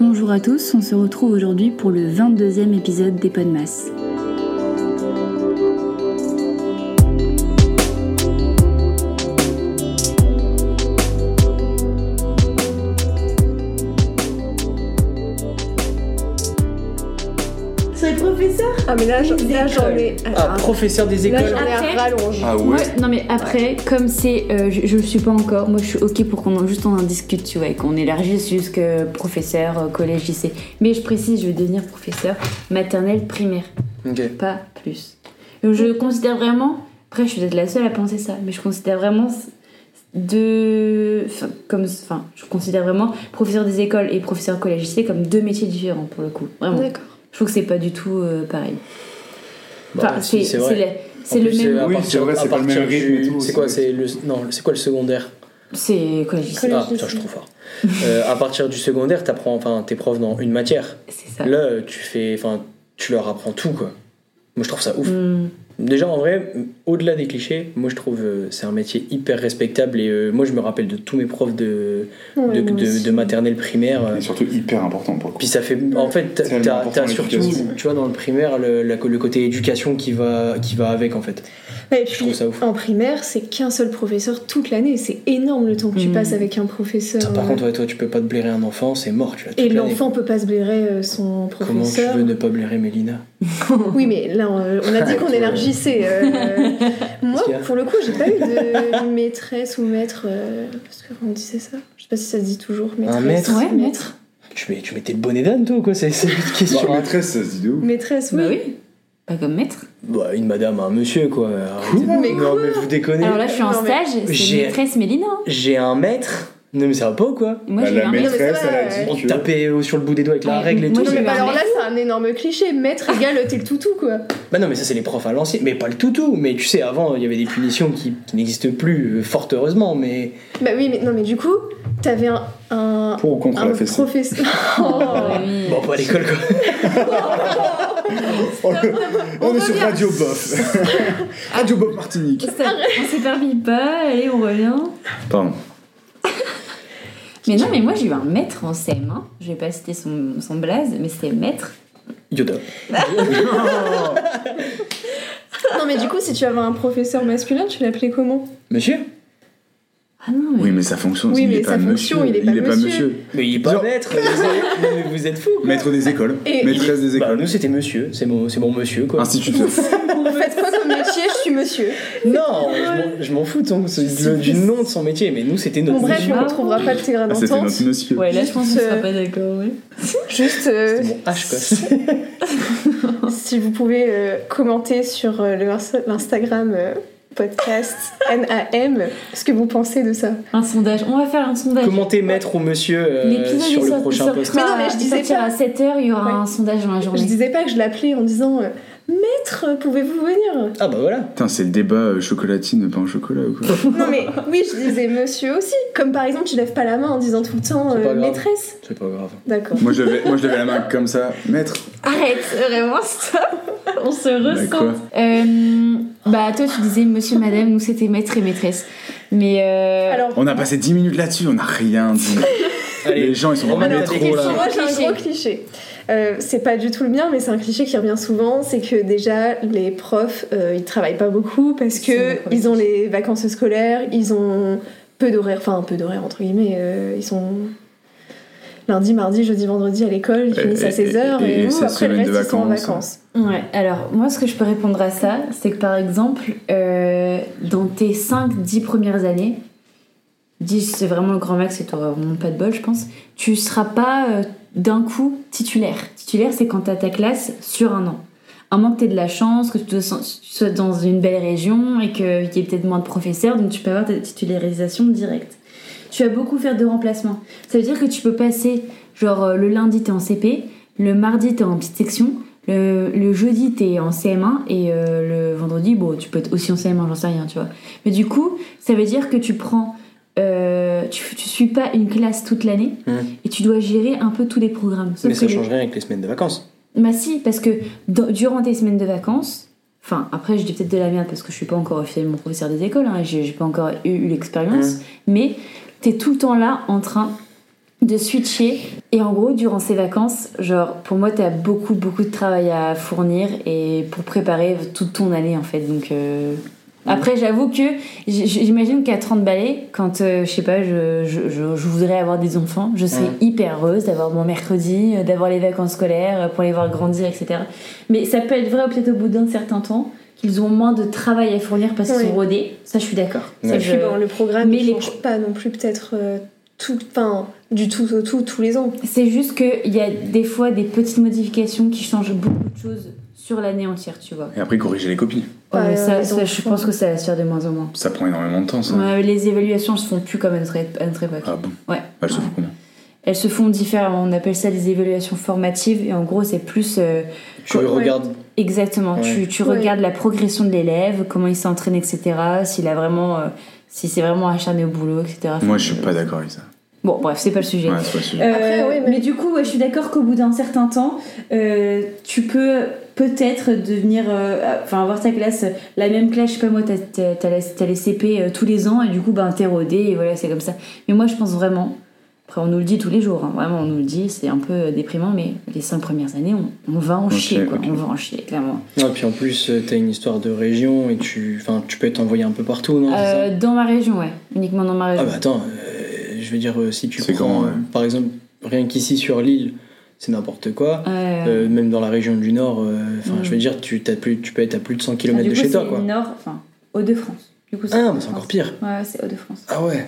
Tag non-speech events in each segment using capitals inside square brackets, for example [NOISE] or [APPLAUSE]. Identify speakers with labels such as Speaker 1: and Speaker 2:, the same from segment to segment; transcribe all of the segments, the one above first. Speaker 1: Bonjour à tous, on se retrouve aujourd'hui pour le 22e épisode des Pas de Masse.
Speaker 2: Soyez professeur
Speaker 3: Ah mais là, j'en- là, j'en ai.
Speaker 4: Ah, professeur des
Speaker 3: là
Speaker 4: écoles.
Speaker 3: j'en ai
Speaker 5: Après-
Speaker 3: un rallonge.
Speaker 4: Ah
Speaker 1: Moi,
Speaker 4: ouais.
Speaker 1: non mais après, comme c'est, euh, je, je le suis pas encore, moi je suis ok pour qu'on en, juste on en discute, tu vois, et qu'on élargisse jusque professeur, euh, collège, lycée. Mais je précise, je veux devenir professeur maternelle, primaire,
Speaker 4: Ok.
Speaker 1: pas plus. Donc, je considère vraiment, après je suis peut-être la seule à penser ça, mais je considère vraiment c- de, enfin, comme, enfin, je considère vraiment professeur des écoles et professeur collège, lycée comme deux métiers différents pour le coup, vraiment.
Speaker 3: D'accord.
Speaker 1: Je trouve que c'est pas du tout euh, pareil.
Speaker 4: Bah,
Speaker 1: Enfin,
Speaker 4: si,
Speaker 1: c'est
Speaker 4: vrai.
Speaker 1: c'est la- c'est
Speaker 4: En
Speaker 1: le
Speaker 4: plus,
Speaker 1: même.
Speaker 4: à
Speaker 6: Oui,
Speaker 4: partir-
Speaker 6: c'est vrai, c'est
Speaker 4: à
Speaker 6: pas le même
Speaker 4: partir
Speaker 6: rythme et
Speaker 4: du-
Speaker 6: tout,
Speaker 4: C'est
Speaker 6: c'est
Speaker 4: quoi
Speaker 6: vrai.
Speaker 4: c'est le... Non, c'est quoi le secondaire
Speaker 1: C'est collège lycée.
Speaker 3: Collège
Speaker 4: Ah, putain, je suis
Speaker 3: lycée.
Speaker 4: trop fort. Euh, à partir du secondaire, t'apprends, enfin, t'es prof dans une matière.
Speaker 1: C'est ça.
Speaker 4: Là, tu fais, enfin, tu leur apprends tout, quoi. Moi, je trouve ça ouf.
Speaker 1: Mm.
Speaker 4: Déjà, en vrai, au-delà des clichés, moi, je trouve euh, c'est un métier hyper respectable et euh, moi, je me rappelle de tous mes profs de, de,
Speaker 3: moi
Speaker 4: de- de maternelle primaire. euh,
Speaker 6: Et surtout hyper important pour le coup.
Speaker 4: Puis ça fait. En fait, t'as-
Speaker 6: Tellement
Speaker 4: t'as
Speaker 6: important,
Speaker 4: t'as surtout,
Speaker 6: l'éducation.
Speaker 4: tu vois, dans le primaire, le, la- le côté éducation qui va, qui va avec, en fait.
Speaker 3: Et
Speaker 4: Je trouve
Speaker 3: puis,
Speaker 4: ça ouf.
Speaker 3: en primaire, c'est qu'un seul professeur toute l'année. C'est énorme le temps que tu
Speaker 1: Mm.
Speaker 3: passes avec un professeur. euh,
Speaker 4: Ça, Hmm. par contre, ouais, toi, tu peux pas te blairer un enfant, c'est mort, tu l'as
Speaker 3: Et
Speaker 4: toute l'année.
Speaker 3: l'enfant peut pas se blairer euh, son
Speaker 4: Comment tu
Speaker 3: professeur.
Speaker 4: veux ne pas blairer Mélina
Speaker 3: Oui, mais là, on euh, on a dit qu'on élargissait. euh,
Speaker 4: [LAUGHS]
Speaker 3: Moi,
Speaker 4: Qu'est-ce qu'il y a
Speaker 3: pour le coup, j'ai pas eu de [LAUGHS] maîtresse ou maître. euh, Parce qu'on disait ça. Je sais pas si ça se dit toujours maîtresse.
Speaker 4: maître
Speaker 1: Ouais, maître.
Speaker 4: tu, mets- tu mettais le bonnet d'âne, toi, ou quoi C'est c'est une
Speaker 6: Bah,
Speaker 4: question.
Speaker 6: maîtresse, ça se dit de ouf.
Speaker 3: Maîtresse, oui.
Speaker 1: Bah oui. Pas comme maître.
Speaker 4: Bah, une madame, un monsieur, quoi. Arrêtez de-
Speaker 3: Mais
Speaker 4: non, mais vous déconnez.
Speaker 1: Alors là, je suis en
Speaker 3: Non, mais-
Speaker 1: stage, c'est
Speaker 4: J'ai-
Speaker 1: maîtresse Mélina. hein.
Speaker 4: J'ai un maître. Non, mais ça va pas, ou quoi
Speaker 1: Moi,
Speaker 6: Bah,
Speaker 1: j'ai eu
Speaker 6: la
Speaker 1: un maître.
Speaker 6: maîtresse,
Speaker 3: Non, mais ça
Speaker 6: elle a
Speaker 3: va,
Speaker 6: dit
Speaker 4: On
Speaker 6: que.
Speaker 4: te tapait au- sur le bout des doigts avec la
Speaker 1: Ouais,
Speaker 4: règle et
Speaker 1: moi,
Speaker 4: tout.
Speaker 3: Non,
Speaker 1: j'ai
Speaker 3: mais
Speaker 1: eu un
Speaker 3: alors là,
Speaker 1: maître.
Speaker 3: c'est un énorme cliché. Maître égale t'es le toutou, quoi.
Speaker 4: Bah non, mais ça, c'est les profs à l'ancienne. Mais pas le toutou. Mais tu sais, avant, il y avait des punitions qui, qui n'existent plus, euh, fort heureusement. Mais
Speaker 3: Bah oui, mais non, mais du coup, t'avais un, un,
Speaker 6: Pour ou contre
Speaker 3: un
Speaker 6: la fessée
Speaker 3: professeur.
Speaker 1: Ah
Speaker 3: Oh.
Speaker 1: oui.
Speaker 4: bon, pas à l'école, quoi.
Speaker 6: Oh, [LAUGHS] On est
Speaker 3: revient.
Speaker 6: sur Radio Bof. Radio Bof Martinique.
Speaker 1: Ça, on s'éparpille pas, allez, on revient.
Speaker 6: Pardon.
Speaker 1: Mais non, mais moi, j'ai eu un maître en CM1. hein. Je vais pas citer son, son blaze, mais c'était maître.
Speaker 4: [LAUGHS] Yoda.
Speaker 3: [LAUGHS] non, mais du coup, si tu avais un professeur masculin, tu l'appelais comment
Speaker 4: Monsieur
Speaker 1: Ah non, mais.
Speaker 6: Oui, mais sa fonction,
Speaker 3: Oui,
Speaker 6: il
Speaker 3: mais
Speaker 6: est
Speaker 3: sa
Speaker 6: pas
Speaker 3: fonction,
Speaker 6: monsieur.
Speaker 3: il est pas monsieur.
Speaker 4: Mais il est pas
Speaker 6: Genre-
Speaker 4: maître, [LAUGHS] vous êtes- mais vous êtes fou.
Speaker 6: Maître des écoles.
Speaker 3: Et-
Speaker 6: Maîtresse des
Speaker 4: Bah,
Speaker 6: écoles.
Speaker 4: nous c'était monsieur, c'est mon, c'est mon monsieur quoi.
Speaker 6: Instituteur.
Speaker 3: Faites quoi comme métier Je suis monsieur.
Speaker 4: non, je m'en- je m'en fous de son- de- du nom de son métier, mais nous c'était notre
Speaker 3: Bon, bref,
Speaker 4: monsieur.
Speaker 3: on retrouvera pas le terrain
Speaker 6: Ah, c'était
Speaker 3: d'entente.
Speaker 6: notre monsieur.
Speaker 1: Ouais, là, je pense qu'on
Speaker 3: Juste,
Speaker 1: sera
Speaker 3: euh,
Speaker 1: pas d'accord, ouais.
Speaker 3: Juste, euh,
Speaker 4: C'était mon H quoi.
Speaker 3: si vous pouvez euh, commenter sur euh, le Insta- l'Instagram euh, podcast [LAUGHS] NAM ce que vous pensez de ça.
Speaker 1: Un sondage. On va faire un sondage.
Speaker 4: Commenter maître ou monsieur euh,
Speaker 1: L'épisode
Speaker 4: sur
Speaker 1: il
Speaker 4: le
Speaker 1: sort-
Speaker 4: prochain
Speaker 1: sortira-
Speaker 4: post.
Speaker 3: Mais non, mais je
Speaker 1: il
Speaker 3: disais
Speaker 1: sortira
Speaker 3: pas.
Speaker 1: à 7h, il y aura
Speaker 3: Ouais.
Speaker 1: un sondage dans la
Speaker 3: Je
Speaker 1: journée.
Speaker 3: disais pas que je l'appelais en disant euh, Maître, pouvez-vous venir
Speaker 4: Ah bah voilà.
Speaker 6: Putain, c'est le débat euh, chocolatine, pain au chocolat ou quoi
Speaker 3: Non, mais oui, je disais monsieur aussi. Comme par exemple, tu lèves pas la main en disant tout le temps
Speaker 4: C'est
Speaker 3: euh,
Speaker 4: pas grave.
Speaker 3: maîtresse.
Speaker 4: C'est pas grave.
Speaker 3: D'accord.
Speaker 6: Moi je levais moi, je levais la main comme ça. Maître. bah,
Speaker 1: Arrête, vraiment, stop On se
Speaker 6: quoi
Speaker 1: ressent. Euh, bah, toi, tu disais monsieur, madame, nous, c'était maître et maîtresse. Mais. euh,
Speaker 3: Alors,
Speaker 6: On a passé 10 minutes là-dessus, on a rien dit. Les
Speaker 4: Allez,
Speaker 6: gens ils sont dans
Speaker 4: Romain,
Speaker 6: le
Speaker 4: elle a des
Speaker 6: métro
Speaker 4: questions.
Speaker 6: là.
Speaker 3: Moi, j'ai un
Speaker 1: Cliché.
Speaker 3: gros cliché. Euh, c'est pas du tout le mien, mais c'est un cliché qui revient souvent. C'est que déjà, les profs, euh, ils travaillent pas beaucoup parce
Speaker 1: C'est
Speaker 3: que
Speaker 1: mon premier
Speaker 3: ils ont les vacances scolaires, ils ont peu d'horaires, enfin peu d'horaires entre guillemets. euh, ils sont lundi, mardi, jeudi, vendredi à l'école, ils
Speaker 6: Et-
Speaker 3: finissent
Speaker 6: et-
Speaker 3: à 16h et,
Speaker 6: et- et
Speaker 3: ouh,
Speaker 6: cette
Speaker 3: après le
Speaker 6: semaine
Speaker 3: reste,
Speaker 6: de
Speaker 3: ils sont en
Speaker 6: vacances.
Speaker 3: vacances.
Speaker 1: ouais, alors, moi, ce que je peux répondre à ça, c'est que par exemple, euh, dans tes 5-10 premières années, 10 c'est vraiment le grand max et t'auras vraiment pas de bol, je pense, tu seras pas euh, d'un coup titulaire. Titulaire, c'est quand t'as ta classe sur un an. À moins que t'aies de la chance, que tu te sens- tu sois dans une belle région et que- qu'il y ait peut-être moins de professeurs, donc tu peux avoir ta titularisation directe. Tu vas beaucoup faire de remplacements. Ça veut dire que tu peux passer, genre euh, le lundi t'es en CP, le mardi t'es en petite section, le, le jeudi t'es en CM1 et euh, le vendredi, bon, tu peux être aussi en CM1, j'en sais rien, tu vois. Mais du coup, ça veut dire que tu prends. euh, tu, tu suis pas une classe toute l'année
Speaker 4: Mhm.
Speaker 1: et tu dois gérer un peu tous les programmes. Sauf
Speaker 4: mais ça
Speaker 1: que les-
Speaker 4: change rien avec les semaines de vacances.
Speaker 1: bah si, parce que dans- durant tes semaines de vacances, enfin après je dis peut-être de la merde parce que je suis pas encore officiellement mon professeur des écoles, hein, j'ai j'ai pas encore eu, eu l'expérience, mais t'es tout le temps là en train de switcher. Et en gros, durant ces vacances, genre, pour moi, t'as beaucoup, beaucoup de travail à fournir et pour préparer toute ton année, en fait. Donc, euh, après, j'avoue que j- j'imagine qu'à 30 balais, quand, euh, je sais pas, je, je, je- je voudrais avoir des enfants, je serais
Speaker 4: Ouais.
Speaker 1: hyper heureuse d'avoir mon mercredi, euh, d'avoir les vacances scolaires, euh, pour les voir grandir, etc. Mais ça peut être vrai, peut-être au bout d'un certain temps, qu'ils ont moins de travail à fournir parce qu'ils
Speaker 3: Oui.
Speaker 1: sont rodés. Ça, je suis d'accord. Ça,
Speaker 4: Ouais.
Speaker 3: Et puis, bon, le programme
Speaker 1: Mais
Speaker 3: ne
Speaker 1: les
Speaker 3: change pas non plus peut-être euh, tout, enfin, du tout au tout tous les ans.
Speaker 1: C'est juste qu'il y a des fois des petites modifications qui changent beaucoup de choses sur l'année entière, tu vois.
Speaker 6: Et après, corriger les copies.
Speaker 3: Ouais,
Speaker 1: Euh, ça,
Speaker 3: les
Speaker 1: ça, je
Speaker 3: enfants.
Speaker 1: pense que ça va se faire de moins en moins.
Speaker 6: Ça prend énormément de temps, ça.
Speaker 1: Ouais, les évaluations se font plus comme à notre, é- à notre époque.
Speaker 6: Ah bon
Speaker 1: Ouais.
Speaker 6: Bah, je sais pas comment.
Speaker 1: Elles se font différemment. On appelle ça des évaluations formatives. Et en gros, c'est plus euh,
Speaker 4: Je
Speaker 3: Ouais.
Speaker 4: regarde.
Speaker 1: exactement.
Speaker 4: Ouais.
Speaker 1: Tu, tu
Speaker 3: Ouais.
Speaker 1: regardes la progression de l'élève, comment il s'entraîne, etc. S'il a vraiment, euh, si c'est vraiment acharné au boulot, etc.
Speaker 6: Moi, je suis pas d'accord avec ça.
Speaker 1: Bon, bref, c'est pas le sujet.
Speaker 6: Ouais, c'est pas le sujet.
Speaker 1: Euh,
Speaker 3: Après, ouais,
Speaker 1: mais...
Speaker 3: mais-
Speaker 1: du coup, ouais, je suis d'accord qu'au bout d'un certain temps, euh, tu peux peut-être devenir, euh, enfin avoir ta classe, la même classe, je sais pas moi, t'as- t'as t'as la- t'as les CP euh, tous les ans et du coup, ben t'es rodé et voilà, c'est comme ça. Mais moi, je pense vraiment. Après, on nous le dit tous les jours, hein, vraiment, on nous le dit, c'est un peu euh, déprimant, mais les cinq premières années, on, on va en
Speaker 6: Ok,
Speaker 1: chier, quoi,
Speaker 6: ok.
Speaker 1: on va en chier, clairement.
Speaker 4: Ouais, puis en plus, euh, t'as une histoire de région et tu, enfin, tu peux être envoyé un peu partout, non c'est ça
Speaker 1: Euh, dans ma région, ouais, uniquement dans ma région.
Speaker 4: Ah bah attends, euh, je veux dire, euh, si tu
Speaker 6: C'est
Speaker 4: prends,
Speaker 6: grand,
Speaker 4: euh,
Speaker 6: ouais.
Speaker 4: par exemple, rien qu'ici sur l'île, c'est n'importe quoi.
Speaker 1: Euh,
Speaker 4: Euh, même dans la région du Nord, euh, enfin,
Speaker 1: Mm.
Speaker 4: je veux dire, tu, t'as plus, tu peux être à plus de 100
Speaker 1: ah,
Speaker 4: km
Speaker 1: du
Speaker 4: de
Speaker 1: coup,
Speaker 4: chez toi,
Speaker 1: c'est
Speaker 4: quoi.
Speaker 1: Nord, enfin, Hauts-de-France. Du coup,
Speaker 4: Ah, mais
Speaker 1: Hauts-de-France.
Speaker 4: c'est encore pire.
Speaker 1: Ouais, c'est Hauts-de-France.
Speaker 4: Ah ouais.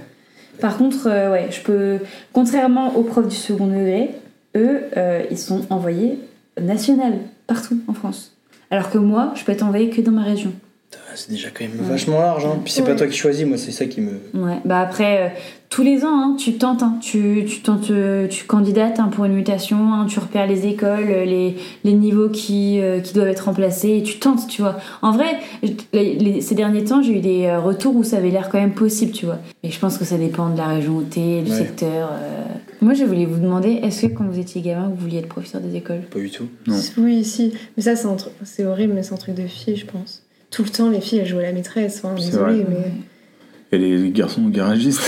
Speaker 1: Par contre, euh, ouais, je peux. Contrairement aux profs du second degré, eux, euh, ils sont envoyés national, partout en France. Alors que moi, je peux être envoyée que dans ma région.
Speaker 4: Ah, C'est déjà quand même
Speaker 1: Ouais.
Speaker 4: vachement large, hein. Puis c'est pas
Speaker 3: Ouais.
Speaker 4: toi qui choisis, moi, c'est ça qui me.
Speaker 1: Ouais. Bah après, euh, tous les ans, hein, tu tentes, hein, tu, tu tentes, euh, tu candidates hein, pour une mutation, hein, tu repères les écoles, euh, les, les niveaux qui, euh, qui doivent être remplacés, et tu tentes, tu vois. En vrai, je- les- les- ces derniers temps, j'ai eu des euh, retours où ça avait l'air quand même possible, tu vois. Mais je pense que ça dépend de la région où t'es, du
Speaker 4: Ouais.
Speaker 1: secteur. euh. Moi, je voulais vous demander, est-ce que quand vous étiez gamin, vous vouliez être professeur des écoles
Speaker 4: Pas du tout.
Speaker 6: Non.
Speaker 3: Oui, si. Mais ça, c'est un truc- c'est horrible, mais c'est un truc de fille, je pense. Tout le temps, les filles, elles jouent à la maîtresse. Enfin,
Speaker 6: C'est
Speaker 3: désolée, mais.
Speaker 6: Et les garçons garagistes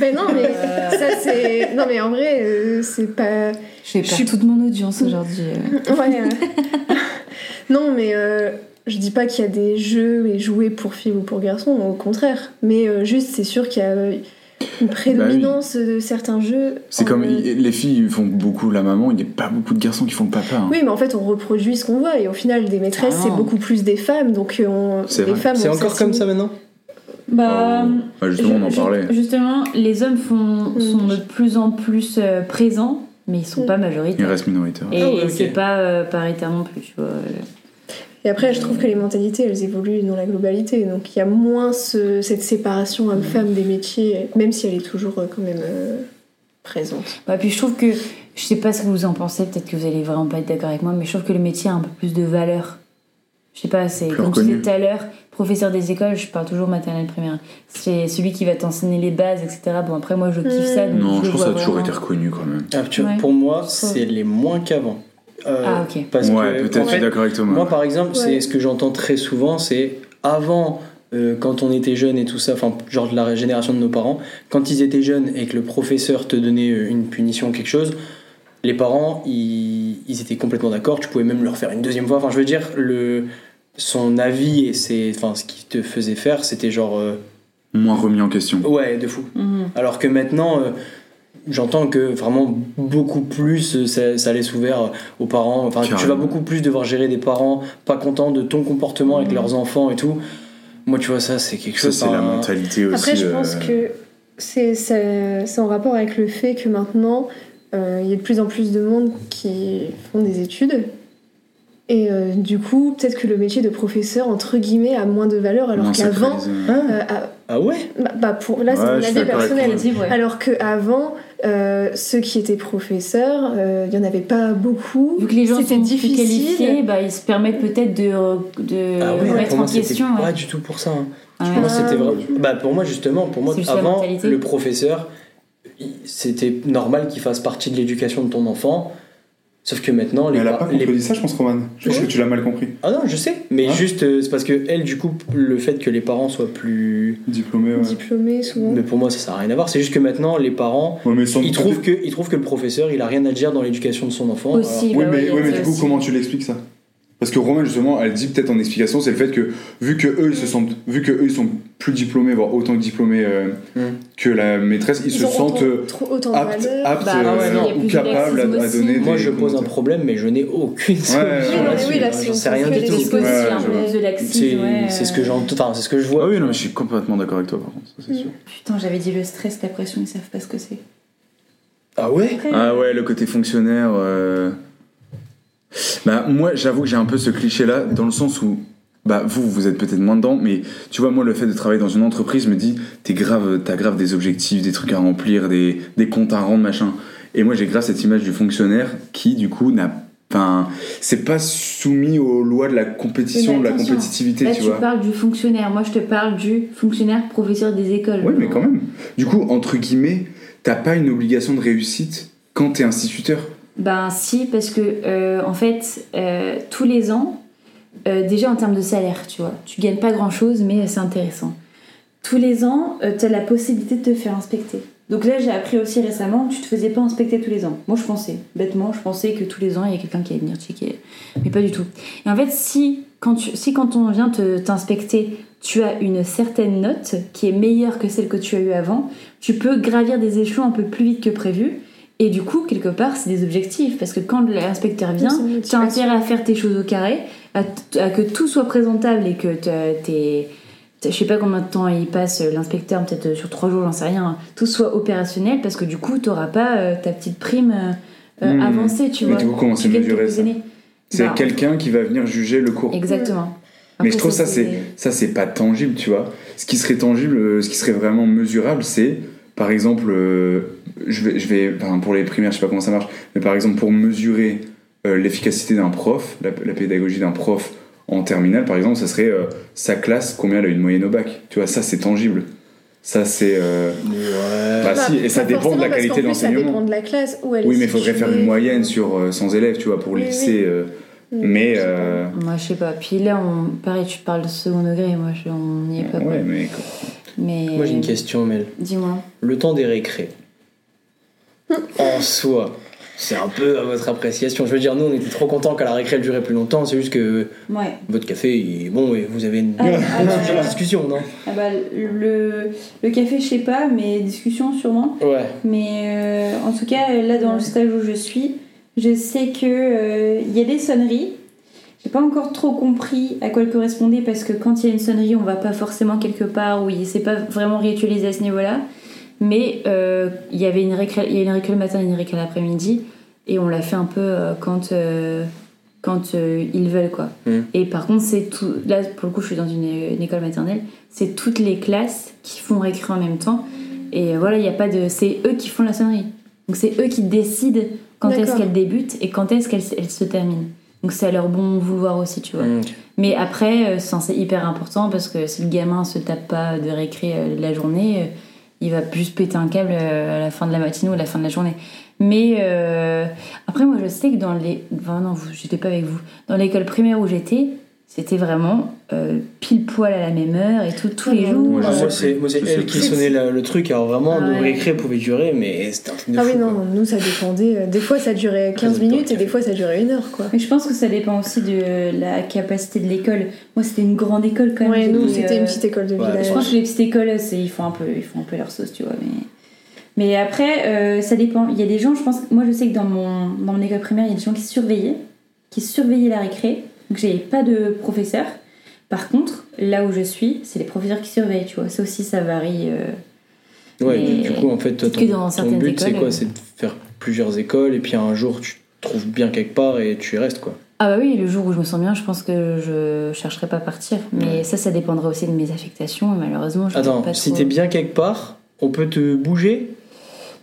Speaker 3: Ben non, mais
Speaker 4: Euh.
Speaker 3: ça, c'est. Non, mais en vrai, euh, c'est pas.
Speaker 1: Je vais
Speaker 3: Je
Speaker 1: perdre
Speaker 3: suis-
Speaker 1: toute mon audience aujourd'hui. euh.
Speaker 3: Ouais.
Speaker 4: [LAUGHS]
Speaker 3: euh. non, mais euh, je dis pas qu'il y a des jeux et jouets pour filles ou pour garçons, au contraire. Mais euh, juste, c'est sûr qu'il y a euh, une prédominance de certains jeux.
Speaker 6: Bah C'est
Speaker 3: en-
Speaker 6: comme i- les filles font beaucoup la maman, il n'y a pas beaucoup de garçons qui font le papa. hein.
Speaker 3: Oui, mais en fait, on reproduit ce qu'on voit. Et au final, des maîtresses, c'est
Speaker 1: Carrément. beaucoup
Speaker 3: beaucoup plus des femmes. Donc,
Speaker 6: Ah. C'est les
Speaker 3: les
Speaker 6: vrai.
Speaker 1: Ah,
Speaker 3: femmes.
Speaker 4: C'est encore comme ça maintenant
Speaker 1: Bah.
Speaker 3: euh,
Speaker 6: Oh. Bah, justement, on en
Speaker 1: Ju-
Speaker 6: parlait.
Speaker 1: ju- Justement, les hommes font,
Speaker 3: Mm.
Speaker 1: sont de plus en plus euh, présents, mais ils sont
Speaker 3: Mm.
Speaker 1: pas
Speaker 6: Il
Speaker 1: majoritaires.
Speaker 6: reste minoritaire.
Speaker 1: Et
Speaker 4: Ah ouais, ok.
Speaker 1: c'est pas euh, paritaire non plus, tu vois. euh.
Speaker 3: Et après, je trouve que les mentalités, elles évoluent dans la globalité. Donc, il y a moins ce- cette séparation homme-femme des métiers, même si elle est toujours euh, quand même euh, présente.
Speaker 1: Bah, puis je trouve que, je sais pas ce que vous en pensez, peut-être que vous allez vraiment pas être d'accord avec moi, mais je trouve que le métier a un peu plus de valeur. Je sais pas, c'est
Speaker 6: Plus
Speaker 1: comme je
Speaker 6: reconnu.
Speaker 1: disais tout à l'heure, professeur des écoles, je parle toujours maternelle primaire. C'est celui qui va t'enseigner les bases, etc. Bon, après, moi je kiffe ça. donc
Speaker 6: Non, je
Speaker 1: le
Speaker 6: trouve que ça a
Speaker 1: vois
Speaker 6: toujours été
Speaker 1: vraiment.
Speaker 6: reconnu quand même.
Speaker 4: Ah, tu vois,
Speaker 1: Ouais.
Speaker 4: Pour moi,
Speaker 1: Ça.
Speaker 4: c'est les moins qu'avant. Euh,
Speaker 1: Ah, ok.
Speaker 4: Parce
Speaker 6: ouais,
Speaker 4: que,
Speaker 6: peut-être,
Speaker 4: en
Speaker 6: je suis
Speaker 4: fait,
Speaker 6: d'accord avec Thomas.
Speaker 4: Moi, par exemple, c'est
Speaker 3: Ouais.
Speaker 4: ce que j'entends très souvent, c'est avant, euh, quand on était jeune et tout ça, enfin, genre de la génération de nos parents, quand ils étaient jeunes et que le professeur te donnait euh, une punition, quelque chose, les parents, ils, ils étaient complètement d'accord, tu pouvais même leur faire une deuxième fois. Enfin, je veux dire, le, son avis et ses, enfin, ce qu'il te faisait faire, c'était genre, euh,
Speaker 6: Moins remis en question.
Speaker 4: ouais, de fou.
Speaker 1: Mhm.
Speaker 4: Alors que maintenant, euh, j'entends que vraiment beaucoup plus euh, ça, ça laisse ouvert euh, aux parents. Enfin, tu vas
Speaker 6: Carrément.
Speaker 4: beaucoup plus devoir gérer des parents pas contents de ton comportement avec
Speaker 1: Mhm.
Speaker 4: leurs enfants et tout. Moi, tu vois, ça, c'est quelque
Speaker 6: Ça,
Speaker 4: chose.
Speaker 6: c'est la
Speaker 4: enfin,
Speaker 6: mentalité aussi.
Speaker 3: Après, je pense
Speaker 6: euh,
Speaker 3: que c'est ça- c'est en rapport avec le fait que maintenant, euh, il y a de plus en plus de monde qui font des études. Et euh, du coup, peut-être que le métier de professeur, entre guillemets, a moins de valeur, alors
Speaker 6: moins
Speaker 3: qu'avant.
Speaker 6: sacralisé.
Speaker 4: Ah,
Speaker 3: euh, a-
Speaker 4: ah ouais
Speaker 3: bah, bah, pour, là, c'est
Speaker 6: Ouais,
Speaker 3: mon
Speaker 6: je suis
Speaker 3: avis
Speaker 6: d'accord avec
Speaker 3: personnel.
Speaker 6: toi.
Speaker 1: Dit, ouais.
Speaker 3: Alors qu'avant, ceux qui étaient professeurs, euh, il n'y en avait pas beaucoup.
Speaker 1: Vu que les gens
Speaker 3: C'était
Speaker 1: sont plus
Speaker 3: difficile.
Speaker 1: qualifiés, bah, ils se permettent peut-être de, de
Speaker 4: Ah ouais,
Speaker 1: remettre Euh,
Speaker 4: pour
Speaker 1: en
Speaker 4: moi, c'était
Speaker 1: question.
Speaker 4: pas
Speaker 1: ouais.
Speaker 4: du tout pour ça. hein.
Speaker 1: Ouais.
Speaker 4: Moi, c'était
Speaker 3: Ah.
Speaker 4: vraiment- Bah, pour moi, justement, pour moi,
Speaker 1: C'est juste la
Speaker 4: avant,
Speaker 1: mentalité.
Speaker 4: le professeur, il- c'était normal qu'il fasse partie de l'éducation de ton enfant. Sauf que maintenant,
Speaker 2: Mais
Speaker 4: les,
Speaker 2: elle a
Speaker 4: par-
Speaker 2: pas
Speaker 4: les-
Speaker 2: compris ça, je pense, Roman. Je pense
Speaker 4: Oui.
Speaker 2: que tu l'as mal compris.
Speaker 4: Ah non, je sais, mais
Speaker 2: Hein
Speaker 4: juste euh, c'est parce que elle, du coup, le fait que les parents soient plus.
Speaker 2: Diplômé, ouais.
Speaker 3: diplômé souvent.
Speaker 4: Mais pour moi, ça, ça n'a rien à voir. C'est juste que maintenant, les parents,
Speaker 2: Ouais, mais sans-
Speaker 4: ils trouvent que, ils trouvent que le professeur, il a rien à dire dans l'éducation de son enfant.
Speaker 1: Aussi,
Speaker 2: Oui,
Speaker 1: bah
Speaker 2: mais,
Speaker 1: oui,
Speaker 2: oui, mais
Speaker 1: ça
Speaker 2: du coup,
Speaker 1: aussi.
Speaker 2: comment tu l'expliques ça Parce que Romain, justement, elle dit peut-être en explication, c'est le fait que vu que eux, ils se sentent, vu que eux, ils sont plus diplômés, voire autant que diplômés euh,
Speaker 4: Mm.
Speaker 2: que la maîtresse, ils, se
Speaker 3: ont
Speaker 2: sentent
Speaker 3: autant,
Speaker 2: euh,
Speaker 3: trop- autant de
Speaker 2: aptes,
Speaker 3: valeur.
Speaker 2: aptes
Speaker 1: Bah,
Speaker 2: euh,
Speaker 4: ouais, non, il y a
Speaker 2: ou
Speaker 1: plus de
Speaker 2: capables à, à
Speaker 1: laxisme
Speaker 2: donner
Speaker 1: aussi.
Speaker 2: des.
Speaker 4: Moi, je pose un
Speaker 2: commentaires.
Speaker 4: problème, mais je n'ai aucune solution
Speaker 2: ouais, ouais,
Speaker 3: Oui, non, mais
Speaker 4: là-dessus.
Speaker 3: oui, là,
Speaker 4: J'en
Speaker 3: si on
Speaker 4: sais rien
Speaker 3: fait
Speaker 4: du
Speaker 3: des
Speaker 4: tout.
Speaker 1: C'est possible,
Speaker 2: Ouais,
Speaker 1: un
Speaker 2: je vois.
Speaker 1: peu de
Speaker 4: C'est
Speaker 1: laxisme. hein. ouais,
Speaker 4: c'est ce
Speaker 1: euh.
Speaker 4: que j'entends, enfin, c'est ce que je vois.
Speaker 6: Ah oui, non, mais je suis complètement d'accord avec toi, par contre, ça, c'est sûr.
Speaker 1: Putain, j'avais dit le stress, la pression, ils savent pas ce que c'est.
Speaker 4: Ah ouais
Speaker 1: Après,
Speaker 6: Ah ouais, le côté fonctionnaire. euh, Bah, moi, j'avoue que j'ai un peu ce cliché-là, dans le sens où. Bah, vous, vous êtes peut-être moins dedans, mais tu vois, moi, le fait de travailler dans une entreprise me dit, t'es grave, t'as grave des objectifs, des trucs à remplir, des, des comptes à rendre, machin. Et moi, j'ai grave cette image du fonctionnaire qui, du coup, n'a. Enfin, c'est pas soumis aux lois de la compétition,
Speaker 1: Mais
Speaker 6: de la
Speaker 1: attention,
Speaker 6: compétitivité,
Speaker 1: Là,
Speaker 6: tu
Speaker 1: tu,
Speaker 6: vois.
Speaker 1: parles du fonctionnaire. Moi, je te parle du fonctionnaire professeur des écoles.
Speaker 6: Oui, mais quand même. Du coup, entre guillemets, t'as pas une obligation de réussite quand t'es instituteur.
Speaker 1: Ben si, parce que euh, en fait, euh, tous les ans, euh, déjà en termes de salaire, tu vois, tu gagnes pas grand-chose, mais c'est intéressant. Tous les ans, tu as la possibilité de te faire inspecter. Donc là, j'ai appris aussi récemment que tu te faisais pas inspecter tous les ans. Moi, je pensais, bêtement, je pensais que tous les ans, il y a quelqu'un qui allait venir checker. Mais pas du tout. Et en fait, si quand, tu- si quand on vient te- t'inspecter, tu as une certaine note qui est meilleure que celle que tu as eue avant, tu peux gravir des échelons un peu plus vite que prévu. Et du coup, quelque part, c'est des objectifs. Parce que quand l'inspecteur
Speaker 3: C'est
Speaker 1: vient,
Speaker 3: une
Speaker 1: tu as
Speaker 3: motivation.
Speaker 1: intérêt à faire tes choses au carré, à, t- à que tout soit présentable et que t'as- t'es. t'as- Je sais pas combien de temps il passe euh, l'inspecteur, peut-être euh, sur trois jours, j'en sais rien. hein, Tout soit opérationnel parce que du coup, t'auras pas euh, ta petite prime euh, euh,
Speaker 6: Mmh.
Speaker 1: avancée, tu
Speaker 6: Mais
Speaker 1: vois.
Speaker 6: du coup, comment
Speaker 1: Tu
Speaker 6: c'est
Speaker 1: gagnes
Speaker 6: mesuré,
Speaker 1: quelques
Speaker 6: ça
Speaker 1: années.
Speaker 6: C'est
Speaker 1: Bah,
Speaker 6: quelqu'un qui va venir juger le cours.
Speaker 1: Exactement.
Speaker 6: Mais
Speaker 1: Après,
Speaker 6: je trouve ça, c'est ça, c'est pas tangible, tu vois. Ce qui serait tangible, euh, ce qui serait vraiment mesurable, c'est, par exemple, euh, je vais, je vais enfin, pour les primaires, je sais pas comment ça marche, mais par exemple, pour mesurer euh, l'efficacité d'un prof, la, la pédagogie d'un prof en terminale, par exemple, ça serait euh, sa classe, combien elle a une moyenne au bac. Tu vois, ça, c'est tangible. Ça, c'est. euh,
Speaker 4: Ouais.
Speaker 6: Bah, si, et ça
Speaker 3: pas
Speaker 6: dépend de
Speaker 3: forcément,
Speaker 6: la
Speaker 3: parce
Speaker 6: qualité
Speaker 3: qu'en
Speaker 6: de
Speaker 3: plus, Ça
Speaker 6: l'enseignement.
Speaker 3: dépend de la classe où elle
Speaker 6: Oui,
Speaker 3: est
Speaker 6: mais il faudrait faire
Speaker 3: située.
Speaker 6: une moyenne sur euh, 100 élèves, tu vois, pour le
Speaker 3: Oui, oui.
Speaker 6: lycée. euh,
Speaker 3: Mm, je
Speaker 6: mais.
Speaker 3: sais pas.
Speaker 6: euh,
Speaker 1: Moi, je sais pas. Puis là, on... pareil, tu parles de second degré. Moi, je... on n'y est pas.
Speaker 6: ouais, mais.
Speaker 1: Mais...
Speaker 4: Moi, j'ai une question, Mel.
Speaker 1: Dis-moi.
Speaker 4: Le temps des récrés. en soi, c'est un peu à votre appréciation. Je veux dire, nous, on était trop contents qu'à la récré elle durait plus longtemps. C'est juste que
Speaker 1: Ouais.
Speaker 4: votre café il est bon et vous avez une
Speaker 1: Ah,
Speaker 4: bonne
Speaker 1: ah, ouais.
Speaker 4: [LAUGHS] discussion, non
Speaker 1: Ah bah, le... le café, je sais pas, mais discussion sûrement.
Speaker 4: Ouais.
Speaker 1: Mais euh, en tout cas, euh, là, dans le stage où je suis, je sais que euh, il y a des sonneries. J'ai pas encore trop compris à quoi elles correspondaient parce que quand il y a une sonnerie, on va pas forcément quelque part où il- c'est pas vraiment ritualisé à ce niveau-là. Mais euh, il y avait une récré, il y a une récré le matin et une récré l'après-midi et on l'a fait un peu euh, quand euh, quand euh, ils veulent quoi.
Speaker 4: Mhm.
Speaker 1: Et par contre, c'est tout. Là, pour le coup, je suis dans une, une école maternelle. C'est toutes les classes qui font récré en même temps. Et voilà, il y a pas de. C'est eux qui font la sonnerie. Donc c'est eux qui décident quand est-ce
Speaker 3: D'accord.
Speaker 1: qu'elle débute et quand est-ce qu'elle elle se termine. Donc c'est à leur bon vouloir aussi, tu vois.
Speaker 3: Mm.
Speaker 4: Hum,
Speaker 1: Mais après, euh, c'est c'est hyper important parce que si le gamin se tape pas de récré euh, de la journée, euh, il va plus péter un câble euh, à la fin de la matinée ou à la fin de la journée. Mais euh, après, moi, je sais que dans les. Enfin, non, vous- j'étais pas avec vous. Dans l'école primaire où j'étais, c'était vraiment euh, pile poil à la même heure et tout, tous les
Speaker 3: Ouais,
Speaker 1: jours.
Speaker 6: ouais,
Speaker 4: Ah,
Speaker 6: Je
Speaker 4: moi,
Speaker 6: sais
Speaker 4: c'est
Speaker 6: plus.
Speaker 4: moi, c'est
Speaker 6: Je sais
Speaker 4: elle
Speaker 6: plus.
Speaker 4: qui sonnait la- le truc. Alors vraiment,
Speaker 1: Ah
Speaker 4: nos
Speaker 1: ouais.
Speaker 4: récrés pouvaient durer, mais c'était un truc de
Speaker 3: Ah
Speaker 4: fou,
Speaker 3: oui, non,
Speaker 4: quoi.
Speaker 3: nous ça dépendait. euh, Des fois ça durait 15
Speaker 4: Ça dépend
Speaker 3: minutes
Speaker 4: du
Speaker 3: et des
Speaker 4: café.
Speaker 3: fois ça durait une heure quoi.
Speaker 1: Mais je pense que ça dépend aussi de la capacité de l'école. Moi, c'était une grande école quand même.
Speaker 3: Ouais, nous
Speaker 1: J'ai fait,
Speaker 3: c'était une
Speaker 1: euh,
Speaker 3: petite école de
Speaker 4: ouais,
Speaker 3: village.
Speaker 1: Je pense que les petites écoles, c'est, ils, font un peu, ils font un peu leur sauce, tu vois. Mais, mais après, euh, ça dépend. Il y a des gens, je pense. Moi, je sais que dans mon, dans mon école primaire, il y a des gens qui surveillaient, qui surveillaient la récré. Donc, j'avais pas de professeur. Par contre, là où je suis, c'est les professeurs qui surveillent, tu vois. Ça aussi, ça varie. euh,
Speaker 4: Ouais,
Speaker 1: Mais-
Speaker 4: du coup, en fait, toi,
Speaker 1: Peut-être que dans
Speaker 4: ton, ton
Speaker 1: certaines
Speaker 4: but, c'est
Speaker 1: écoles,
Speaker 4: quoi
Speaker 1: euh,
Speaker 4: C'est de faire plusieurs écoles et puis un jour, tu te trouves bien quelque part et tu y restes, quoi.
Speaker 1: Ah bah oui, le jour où je me sens bien, je pense que je chercherai pas à partir. Mais ça, ça dépendra aussi de mes affectations. Et malheureusement, je peux
Speaker 4: Attends,
Speaker 1: pas
Speaker 4: si
Speaker 1: trop-
Speaker 4: t'es bien quelque part, on peut te bouger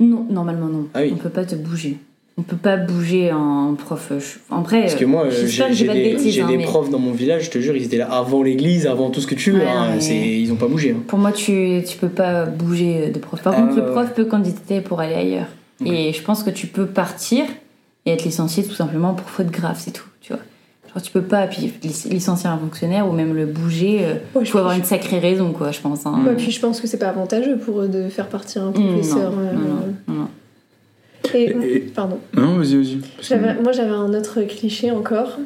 Speaker 1: Non, normalement non.
Speaker 4: Ah oui.
Speaker 1: On peut pas te bouger. On peut pas bouger en prof. je- En vrai,
Speaker 4: Parce que moi, euh,
Speaker 1: j'espère
Speaker 4: j'ai
Speaker 1: que j'ai
Speaker 4: j'ai
Speaker 1: pas de
Speaker 4: des,
Speaker 1: bêtises,
Speaker 4: j'ai
Speaker 1: hein,
Speaker 4: des
Speaker 1: mais-
Speaker 4: profs dans mon village, je te jure, ils étaient là avant l'église, avant tout ce que tu veux.
Speaker 1: Ouais,
Speaker 4: hein,
Speaker 1: mais-
Speaker 4: c'est- Ils ont pas bougé. hein.
Speaker 1: pour moi, tu, tu peux pas bouger euh, de prof. Par
Speaker 4: Ah,
Speaker 1: contre,
Speaker 4: ouais,
Speaker 1: le prof peut candidater pour aller ailleurs. Et je pense que tu peux partir et être licencié tout simplement pour faute grave, c'est tout, tu vois. Genre, tu peux pas puis, lic- licencier un fonctionnaire ou même le bouger. euh,
Speaker 3: Ouais,
Speaker 1: il
Speaker 3: je
Speaker 1: faut avoir
Speaker 3: pense-
Speaker 1: une sacrée raison, quoi, je pense. hein.
Speaker 3: Ouais, puis je pense que c'est pas avantageux pour eux de faire partir un
Speaker 1: Mm, non,
Speaker 3: professeur.
Speaker 1: non,
Speaker 3: euh,
Speaker 1: non, non, non.
Speaker 3: Et,
Speaker 6: Et- et-
Speaker 3: pardon.
Speaker 6: Non, vas-y, vas-y. Parce que-
Speaker 3: J'avais- moi j'avais un autre cliché encore.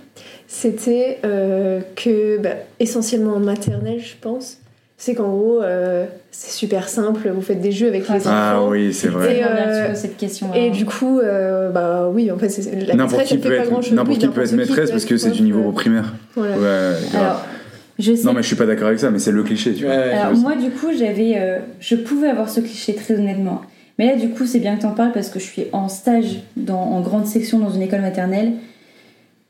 Speaker 3: C'était euh, que, bah, essentiellement en maternelle, je pense, c'est qu'en gros, euh, c'est super simple, vous faites des jeux avec les
Speaker 6: Ah
Speaker 3: enfants.
Speaker 6: oui, c'est vrai.
Speaker 3: Et,
Speaker 1: Je reviens
Speaker 3: euh,
Speaker 1: sur cette question.
Speaker 3: Et
Speaker 1: hein.
Speaker 3: du coup, euh, bah oui, en fait, c'est la
Speaker 6: N'importe
Speaker 3: maîtresse,
Speaker 6: qui
Speaker 3: elle fait
Speaker 6: peut
Speaker 3: pas
Speaker 6: être,
Speaker 3: grand-chose.
Speaker 6: n'importe
Speaker 3: Oui,
Speaker 6: qui peut être maîtresse parce que c'est du
Speaker 3: prof,
Speaker 6: niveau au
Speaker 3: euh,
Speaker 6: primaire.
Speaker 3: voilà.
Speaker 6: Ouais, ouais, grave.
Speaker 1: Alors, je sais
Speaker 6: Ah. non, mais je suis pas d'accord avec ça, mais c'est le cliché, tu vois.
Speaker 4: Ouais, ouais.
Speaker 1: Alors
Speaker 6: je sais.
Speaker 1: moi du coup j'avais, euh, je pouvais avoir ce cliché très honnêtement. Mais là du coup c'est bien que t'en parles parce que je suis en stage dans, en grande section dans une école maternelle.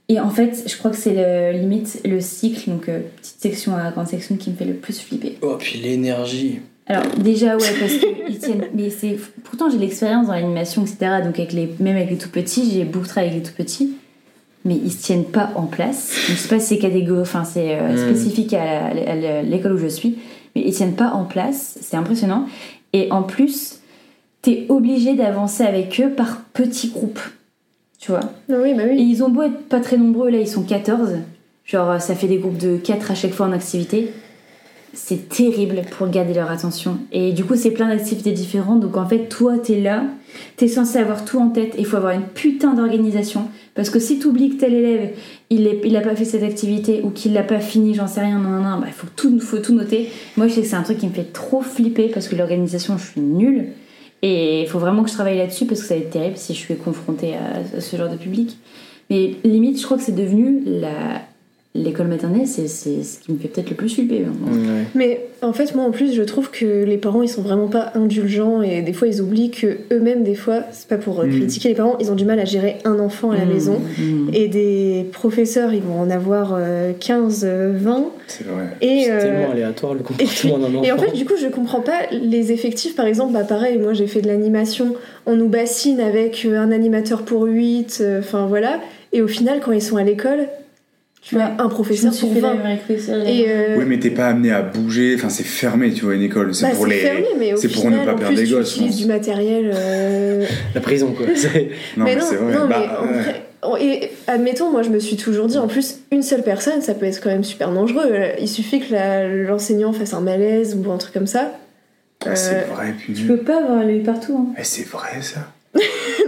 Speaker 1: Et en fait je crois que c'est le- limite le cycle, donc euh, petite section à grande section qui me fait le plus flipper.
Speaker 4: Oh, puis l'énergie.
Speaker 1: Alors déjà ouais parce que ils tiennent, mais c'est pourtant j'ai l'expérience dans l'animation etc. Donc avec les même avec les tout petits j'ai beaucoup travaillé avec les tout petits, mais ils se tiennent pas en place. Donc, je sais pas si c'est catégorie, enfin c'est euh,
Speaker 4: Mm.
Speaker 1: spécifique à la- à la- l'école où je suis, mais ils tiennent pas en place. C'est impressionnant. Et en plus t'es obligé d'avancer avec eux par petits groupes, tu vois.
Speaker 3: Non, oui, bah
Speaker 1: Et
Speaker 3: oui.
Speaker 1: ils ont beau être pas très nombreux, là ils sont 14. Genre ça fait des groupes de 4 à chaque fois en activité. C'est terrible pour garder leur attention. Et du coup c'est plein d'activités différentes. Donc en fait toi t'es là, t'es censé avoir tout en tête. Il faut avoir une putain d'organisation. Parce que si t'oublies que tel élève il, est, il a pas fait cette activité ou qu'il l'a pas fini, j'en sais rien, non, non, bah, faut tout, faut tout noter. Moi je sais que c'est un truc qui me fait trop flipper parce que l'organisation je suis nulle. Et il faut vraiment que je travaille là-dessus parce que ça va être terrible si je suis confrontée à à ce genre de public. Mais limite, je crois que c'est devenu la... l'école maternelle, c'est c'est ce qui me fait peut-être le plus flipper. maintenant.
Speaker 3: Mmh.
Speaker 4: Ouais.
Speaker 3: Mais en fait, moi en plus, je trouve que les parents, ils sont vraiment pas indulgents et des fois, ils oublient que eux-mêmes, des fois, c'est pas pour euh,
Speaker 2: Mm.
Speaker 3: critiquer les parents, ils ont du mal à gérer un enfant à la
Speaker 1: Mmh,
Speaker 3: maison.
Speaker 1: mmh.
Speaker 3: Et des professeurs, ils vont en avoir euh, 15, euh, 20.
Speaker 6: C'est vrai.
Speaker 3: Et,
Speaker 4: C'est
Speaker 3: euh,
Speaker 4: tellement aléatoire le comportement d'un enfant.
Speaker 3: et en fait, du coup, je comprends pas les effectifs. Par exemple, bah pareil, moi j'ai fait de l'animation, on nous bassine avec euh, un animateur pour 8, enfin voilà. Et au final, quand ils sont à l'école, tu
Speaker 1: Ouais.
Speaker 3: as un professeur
Speaker 1: Je me
Speaker 3: pour
Speaker 1: suis fait la
Speaker 3: 20.
Speaker 1: même réflexion.
Speaker 3: Et euh,
Speaker 6: Oui, mais t'es pas amené à bouger, enfin, c'est fermé, tu vois, une école. C'est
Speaker 3: bah,
Speaker 6: pour les.
Speaker 3: fermé, mais au
Speaker 6: c'est pour ne
Speaker 3: final,
Speaker 6: pas
Speaker 3: en
Speaker 6: perdre
Speaker 3: plus,
Speaker 6: les
Speaker 3: tu
Speaker 6: gosses, je
Speaker 3: utilises
Speaker 6: pense.
Speaker 3: du matériel. euh,
Speaker 4: La prison,
Speaker 3: [LAUGHS]
Speaker 4: quoi. C'est-
Speaker 6: Non,
Speaker 3: mais,
Speaker 6: mais
Speaker 3: non,
Speaker 6: c'est vrai.
Speaker 3: non,
Speaker 6: Bah,
Speaker 3: mais en
Speaker 6: ouais.
Speaker 3: vrai- en- et admettons, moi je me suis toujours dit, en plus, une seule personne, ça peut être quand même super dangereux. Il suffit que la- l'enseignant fasse un malaise ou un truc comme ça. [LAUGHS]
Speaker 6: Ah, C'est
Speaker 3: Euh,
Speaker 6: vrai, punaise.
Speaker 1: Tu peux pas avoir l'œil partout. hein.
Speaker 6: Eh, C'est vrai, ça.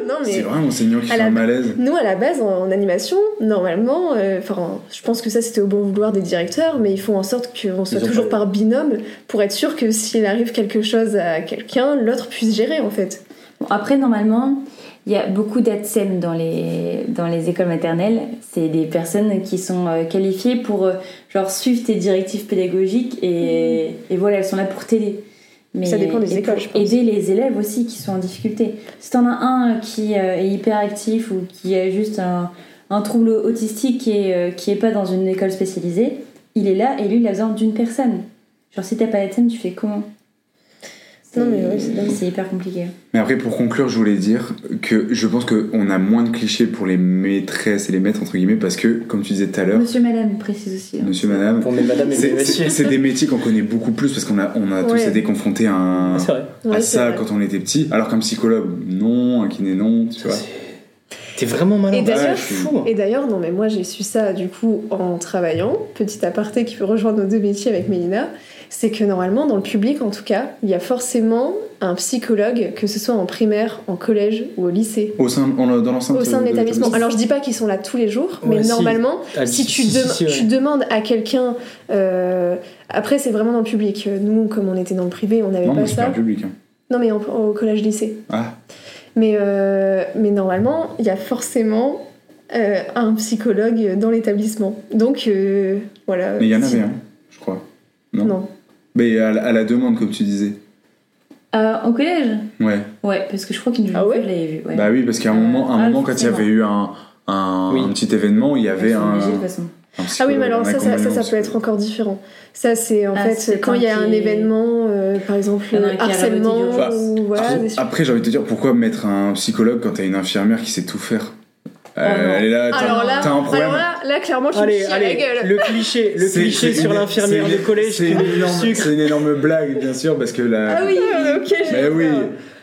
Speaker 3: non, mais...
Speaker 6: C'est vrai, un enseignant qui
Speaker 3: à
Speaker 6: fait
Speaker 3: la-
Speaker 6: un malaise.
Speaker 3: Nous, à la base, en, en animation, normalement, euh, enfin, je pense que ça c'était au bon vouloir des directeurs, mais ils font en sorte qu'on soit
Speaker 4: Ils ont
Speaker 3: toujours
Speaker 4: pas-
Speaker 3: par binôme pour être sûr que s'il arrive quelque chose à quelqu'un, l'autre puisse gérer en fait.
Speaker 1: Bon, après, normalement, il y a beaucoup d'ATSEM dans les... dans les écoles maternelles. C'est des personnes qui sont euh, qualifiées pour euh, genre, suivre tes directives pédagogiques et, et voilà, elles sont là pour t'aider. Mais
Speaker 3: Ça dépend des
Speaker 1: et pour
Speaker 3: écoles, je pense.
Speaker 1: Aider les élèves aussi qui sont en difficulté. Si t'en as un qui euh, est hyperactif ou qui a juste un, un trouble autistique et euh, qui est pas dans une école spécialisée, il est là et lui il a besoin d'une personne. Genre si t'as pas la thème, tu fais comment
Speaker 3: Non, mais ouais, c'est dingue.
Speaker 1: C'est hyper compliqué. hein.
Speaker 6: Mais après, pour conclure, je voulais dire que je pense qu'on a moins de clichés pour les maîtresses et les maîtres, entre guillemets, parce que, comme tu disais tout à l'heure,
Speaker 1: Monsieur, madame, précise aussi. hein.
Speaker 6: monsieur, madame,
Speaker 4: Pour mes madames et mes
Speaker 6: c'est-
Speaker 4: messieurs.
Speaker 6: c'est c'est des métiers qu'on connaît beaucoup plus parce qu'on a, on a tous
Speaker 3: Ouais.
Speaker 6: été confrontés à, un-
Speaker 4: Ah, C'est vrai.
Speaker 6: à
Speaker 3: Ouais, c'est
Speaker 6: ça
Speaker 3: vrai.
Speaker 6: quand on était petit. Alors qu'un psychologue, non, un kiné, non, tu vois.
Speaker 4: C'est- T'es vraiment malin.
Speaker 3: Et d'ailleurs-
Speaker 4: c'est fou. hein.
Speaker 3: Et d'ailleurs, non, mais moi j'ai su ça du coup en travaillant, petit aparté qui peut rejoindre nos deux métiers avec Mélina, c'est que normalement, dans le public en tout cas, il y a forcément un psychologue, que ce soit en primaire, en collège ou au lycée.
Speaker 6: Au sein, en- dans l'enceinte euh,
Speaker 3: Au sein de l'établissement. Alors je dis pas qu'ils sont là tous les jours, mais
Speaker 4: Ouais, si.
Speaker 3: normalement,
Speaker 4: Ah,
Speaker 3: hein. si tu,
Speaker 4: si,
Speaker 3: dem-
Speaker 4: si, ouais.
Speaker 3: tu demandes à quelqu'un, euh, après c'est vraiment dans le public. Nous, comme on était dans le privé, on n'avait
Speaker 6: Non,
Speaker 3: pas
Speaker 6: mais c'est pas
Speaker 3: ça.
Speaker 6: un public. hein.
Speaker 3: Non, mais en- au collège lycée.
Speaker 6: Ah,
Speaker 3: Mais, euh, mais normalement, il y a forcément euh, un psychologue dans l'établissement. Donc euh, voilà.
Speaker 6: mais il y en
Speaker 3: Si-
Speaker 6: avait un, je crois. Non.
Speaker 3: Non.
Speaker 6: Mais à la, à la demande, comme tu disais.
Speaker 1: Euh, au collège
Speaker 6: Ouais.
Speaker 1: Ouais, parce que je crois qu'une
Speaker 3: Ah ouais
Speaker 1: je l'avais vu. Ouais.
Speaker 6: Bah oui, parce qu'à un
Speaker 1: Euh,
Speaker 6: moment, à un
Speaker 1: ah,
Speaker 6: moment quand il y
Speaker 1: forcément.
Speaker 6: avait eu un, un,
Speaker 4: Oui.
Speaker 6: un petit événement, il y
Speaker 1: Ils
Speaker 6: avait
Speaker 1: sont
Speaker 6: un.
Speaker 1: obligés, de toute façon.
Speaker 6: un
Speaker 3: Ah oui,
Speaker 6: psychologue,
Speaker 3: mais alors
Speaker 6: un
Speaker 3: ça, ça, ça, ça
Speaker 6: accompagnant,
Speaker 3: peut être encore différent. Ça, c'est en
Speaker 1: Ah, c'est
Speaker 3: fait quand
Speaker 1: quand
Speaker 3: il y a un
Speaker 1: il-
Speaker 3: événement, euh, par exemple
Speaker 1: Il y en a un qui a la
Speaker 3: harcèlement,
Speaker 1: beauté
Speaker 6: d'urgence.
Speaker 3: ou voilà,
Speaker 6: Après-
Speaker 3: des trucs.
Speaker 6: Après, j'ai envie de te dire, pourquoi mettre un psychologue quand t'as une infirmière qui sait tout faire Euh,
Speaker 1: non.
Speaker 6: Elle est là, t'as
Speaker 3: Oh, Alors là,
Speaker 6: t'as un problème.
Speaker 3: alors là, là, clairement, je me
Speaker 4: Allez,
Speaker 3: suis à la
Speaker 4: allez,
Speaker 3: gueule.
Speaker 4: le cliché, le
Speaker 6: C'est-
Speaker 4: cliché
Speaker 6: c'est
Speaker 4: sur
Speaker 6: une-
Speaker 4: l'infirmière
Speaker 6: c'est
Speaker 4: de
Speaker 6: une-
Speaker 4: collège qui
Speaker 6: C'est une,
Speaker 4: met du
Speaker 6: énorme-
Speaker 4: sucre.
Speaker 6: c'est une énorme blague, bien sûr, parce que la.
Speaker 3: Ah oui, ok, j'ai
Speaker 6: Mais
Speaker 3: eu
Speaker 6: oui,
Speaker 3: peur.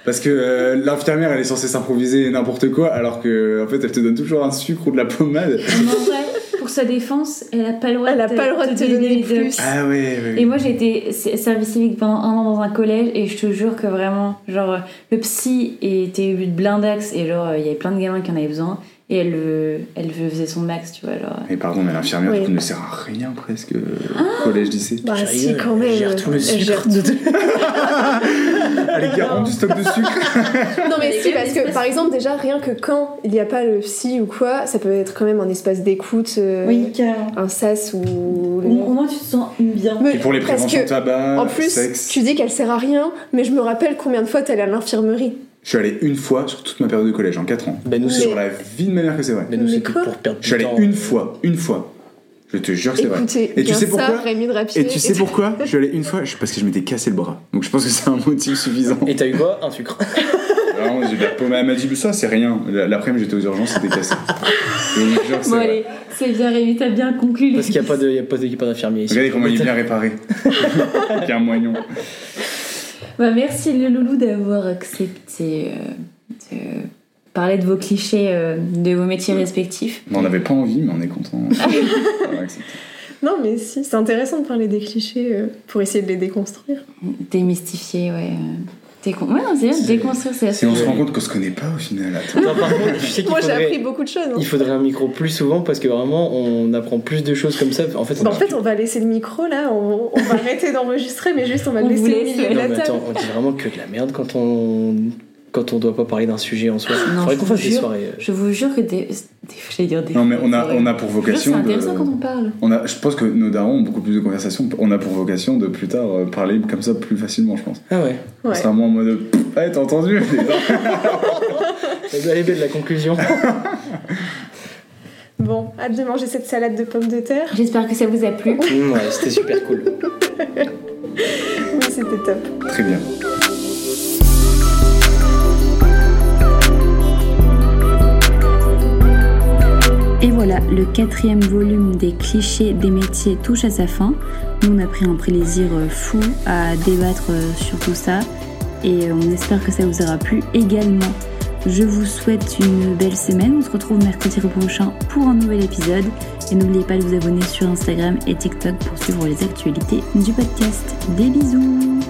Speaker 6: Parce que euh, l'infirmière, elle est censée s'improviser n'importe quoi, alors que en fait, elle te donne toujours un sucre ou de la pommade.
Speaker 1: Mais en vrai, pour sa défense, elle a pas le droit
Speaker 3: Elle a pas le droit de te donner
Speaker 1: des-
Speaker 3: plus.
Speaker 6: Ah ouais, ouais, ouais.
Speaker 1: Et moi j'ai été s- service civique pendant un an dans un collège et je te jure que vraiment, genre euh, le psy était blindax et genre euh, il y avait plein de gamins qui en avaient besoin et elle, euh, elle faisait son max, tu vois. Genre,
Speaker 6: Mais pardon, mais l'infirmière,
Speaker 3: Oui.
Speaker 6: du coup, ne sert à rien presque euh,
Speaker 3: [LAUGHS]
Speaker 6: au collège-lycée.
Speaker 3: Bah
Speaker 4: Je
Speaker 3: si,
Speaker 4: rigole,
Speaker 3: quand
Speaker 4: elle
Speaker 3: même.
Speaker 4: gère tout le
Speaker 3: elle
Speaker 4: sucre.
Speaker 3: gère tout. Bah,
Speaker 6: Allez, garant du stock
Speaker 3: [LAUGHS]
Speaker 6: de sucre.
Speaker 3: Non mais
Speaker 1: Mais
Speaker 3: si,
Speaker 1: quel
Speaker 3: parce que
Speaker 1: espace-
Speaker 3: par exemple déjà, rien que quand il n'y a pas le psy ou quoi, ça peut être quand même un espace d'écoute, euh,
Speaker 1: carrément.
Speaker 3: un SAS ou...
Speaker 1: Au, au moins tu te sens bien.
Speaker 3: Mais-
Speaker 6: Et pour les
Speaker 3: parce
Speaker 6: préventions
Speaker 3: que,
Speaker 6: tabac,
Speaker 3: En plus,
Speaker 6: sexe.
Speaker 3: tu dis qu'elle sert à rien, mais je me rappelle combien de fois t'es allée à l'infirmerie.
Speaker 6: Je suis allé une fois sur toute ma période de collège, en 4 ans.
Speaker 4: Ben nous, c'est
Speaker 6: Sur la vie de ma mère que c'est vrai.
Speaker 4: ben, nous,
Speaker 3: Mais
Speaker 4: c'était
Speaker 3: quoi
Speaker 4: pour perdre
Speaker 6: Je
Speaker 4: du
Speaker 6: suis allé
Speaker 4: temps.
Speaker 6: une fois, une fois. Je te jure que c'est vrai.
Speaker 3: Écoutez,
Speaker 6: Et tu
Speaker 3: bien
Speaker 6: sais
Speaker 3: ça,
Speaker 6: pourquoi
Speaker 3: Rémi de Rapier,
Speaker 7: Et tu sais pourquoi Je suis allé une fois, je- parce que je m'étais cassé le bras. Donc je pense que c'est un motif suffisant.
Speaker 4: Et t'as eu quoi
Speaker 3: [LAUGHS]
Speaker 4: Un sucre.
Speaker 6: Vraiment, j'ai eu de la pommade. Elle m'a dit, ça, c'est rien. L'après-midi, j'étais aux urgences, c'était cassé. Je vous jure que c'est
Speaker 1: Bon
Speaker 6: vrai.
Speaker 1: allez, c'est bien Rémi, t'as bien conclu.
Speaker 4: Parce qu'il n'y a pas de- il y a pas de- il y a pas d'infirmier ici.
Speaker 6: Regardez comment il est
Speaker 7: [LAUGHS]
Speaker 6: bien réparé. Il y a un moignon.
Speaker 1: Bah, merci le loulou d'avoir accepté euh, de parler de vos clichés euh, de vos métiers respectifs.
Speaker 6: On n'avait pas envie, mais on est content.
Speaker 7: Ah
Speaker 6: Voilà, accepté.
Speaker 3: Non mais si, c'est intéressant de parler des clichés euh, pour essayer de les déconstruire.
Speaker 1: Démystifier, ouais. euh, décon- Ouais, non, c'est bien,
Speaker 4: C'est-
Speaker 1: déconstruire, c'est
Speaker 6: Si on se rend compte qu'on se connaît pas au final, attends.
Speaker 4: Toi, par contre, tu sais qu'il
Speaker 3: Moi j'ai
Speaker 4: faudrait,
Speaker 3: appris beaucoup de choses. hein.
Speaker 4: il faudrait un micro plus souvent parce que vraiment, on apprend plus de choses comme ça. En fait,
Speaker 3: Bah, en fait, on va laisser le micro là, on, on va arrêter d'enregistrer, mais juste on va le
Speaker 1: On vous
Speaker 3: laisser au
Speaker 1: laisse,
Speaker 3: milieu de
Speaker 4: Non,
Speaker 3: la
Speaker 4: mais
Speaker 3: table.
Speaker 4: attends, on dit vraiment que de la merde quand on quand on doit pas parler d'un sujet en soi.
Speaker 1: Non,
Speaker 4: faudrait
Speaker 1: je
Speaker 4: qu'on
Speaker 1: vous
Speaker 4: fasse des
Speaker 1: jure.
Speaker 4: soirées. euh,
Speaker 1: Je vous jure que des. des- J'allais dire des.
Speaker 6: Non, mais on a, on a pour
Speaker 1: Je jure, C'est
Speaker 6: vocation. de-
Speaker 1: intéressant quand on parle.
Speaker 6: On a, je pense que nos darons ont beaucoup plus de conversations. On a pour vocation de plus tard euh, parler comme ça plus facilement, je pense.
Speaker 4: Ah ouais.
Speaker 3: Ouais.
Speaker 6: C'est un moins en mode. Pff, Ah, t'as entendu
Speaker 4: Elle est belle
Speaker 1: [LAUGHS]
Speaker 4: la conclusion.
Speaker 3: Bon, hâte de manger cette salade de pommes de terre.
Speaker 1: J'espère que ça vous a plu.
Speaker 4: Mmh, ouais, c'était super cool.
Speaker 3: Oui, c'était top.
Speaker 6: Très bien.
Speaker 5: Et voilà, le quatrième volume des clichés des métiers touche à sa fin. Nous, on a pris un plaisir euh, fou à débattre euh, sur tout ça et euh, on espère que ça vous aura plu également. Je vous souhaite une belle semaine. On se retrouve mercredi prochain pour un nouvel épisode. Et n'oubliez pas de vous abonner sur Instagram et TikTok pour suivre les actualités du podcast. Des bisous